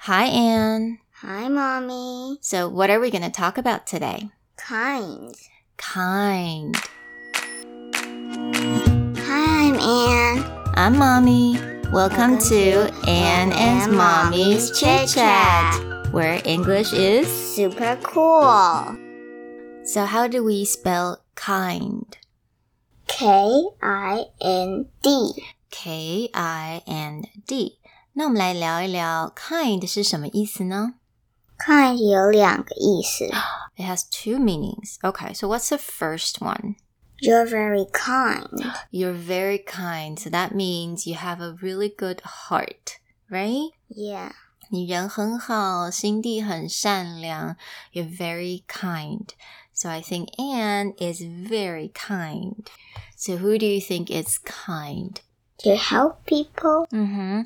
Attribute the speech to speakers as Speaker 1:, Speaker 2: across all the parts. Speaker 1: Hi, Anne.
Speaker 2: Hi, Mommy.
Speaker 1: So, what are we going to talk about today?
Speaker 2: Kind.
Speaker 1: Kind.
Speaker 2: Hi, I'm Anne.
Speaker 1: I'm Mommy. Welcome, to Anne and Mommy's Chit Chat, where English is.
Speaker 2: Super cool.
Speaker 1: So, how do we spell kind?
Speaker 2: K I N D.
Speaker 1: K I N D。那我们来聊一聊 kind 是什么意思呢
Speaker 2: Kind 有两个意思。
Speaker 1: ？It has two meanings. Okay, so what's the first one?
Speaker 2: You're very kind.
Speaker 1: You're very kind. So that means you have a really good heart, right?
Speaker 2: Yeah.
Speaker 1: 你人很好，心地很善良。You're very kind. So I think Anne is very kind. So who do you think is kind?
Speaker 2: To help people.
Speaker 1: Mm-hmm.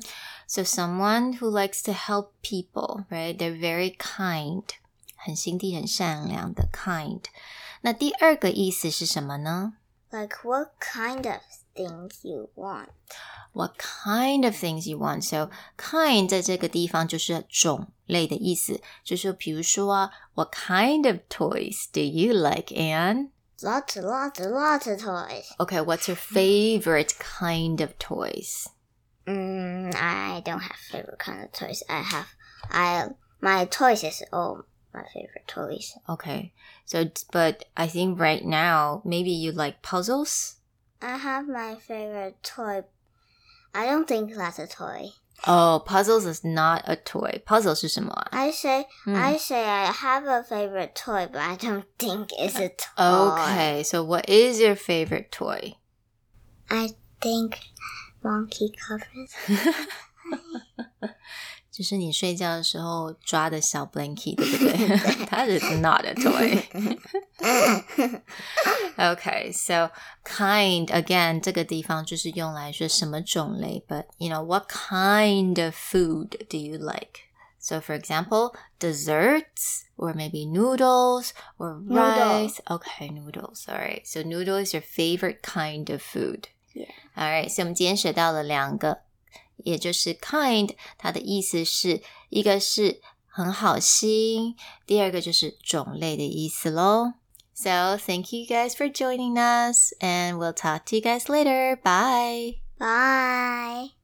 Speaker 1: So someone who likes to help people, right? They're very kind. 很心地很善良的 kind。那第二个意思是什么呢
Speaker 2: Like what kind of things you want.
Speaker 1: What kind of things you want? So kind 在这个地方就是种类的意思，就是比如说啊，What kind of toys do you like, Anne?
Speaker 2: Lots and lots and lots of toys.
Speaker 1: Okay, what's your favorite kind of toys?
Speaker 2: Mm, I don't have favorite kind of toys. I have, I my toys is all my favorite toys.
Speaker 1: Okay, so but I think right now maybe you like puzzles.
Speaker 2: I have my favorite toy. I don't think that's a toy.
Speaker 1: Oh, puzzles is not a toy. Puzzle 是什么啊、
Speaker 2: I say
Speaker 1: Hmm.
Speaker 2: I say I have a favorite toy, but I don't think it's a
Speaker 1: Hmm.
Speaker 2: toy.
Speaker 1: Okay, so what is your favorite toy?
Speaker 2: I think monkey covers.
Speaker 1: 就是你睡觉的时候抓的小 blankie，对不对 ？That is not a toy. Okay, so kind again 这个地方就是用来说什么种类，but you know what kind of food do you like? So for example, desserts or maybe noodles or
Speaker 2: Noodle.
Speaker 1: rice. Okay, noodles. All right. So noodle is your favorite kind of food.
Speaker 2: Yeah.
Speaker 1: All right. 所以我们今天学到了两个，也就是 kind，它的意思是一个是很好心，第二个就是种类的意思喽。So, thank you guys for joining us, and we'll talk to you guys later. Bye.
Speaker 2: Bye.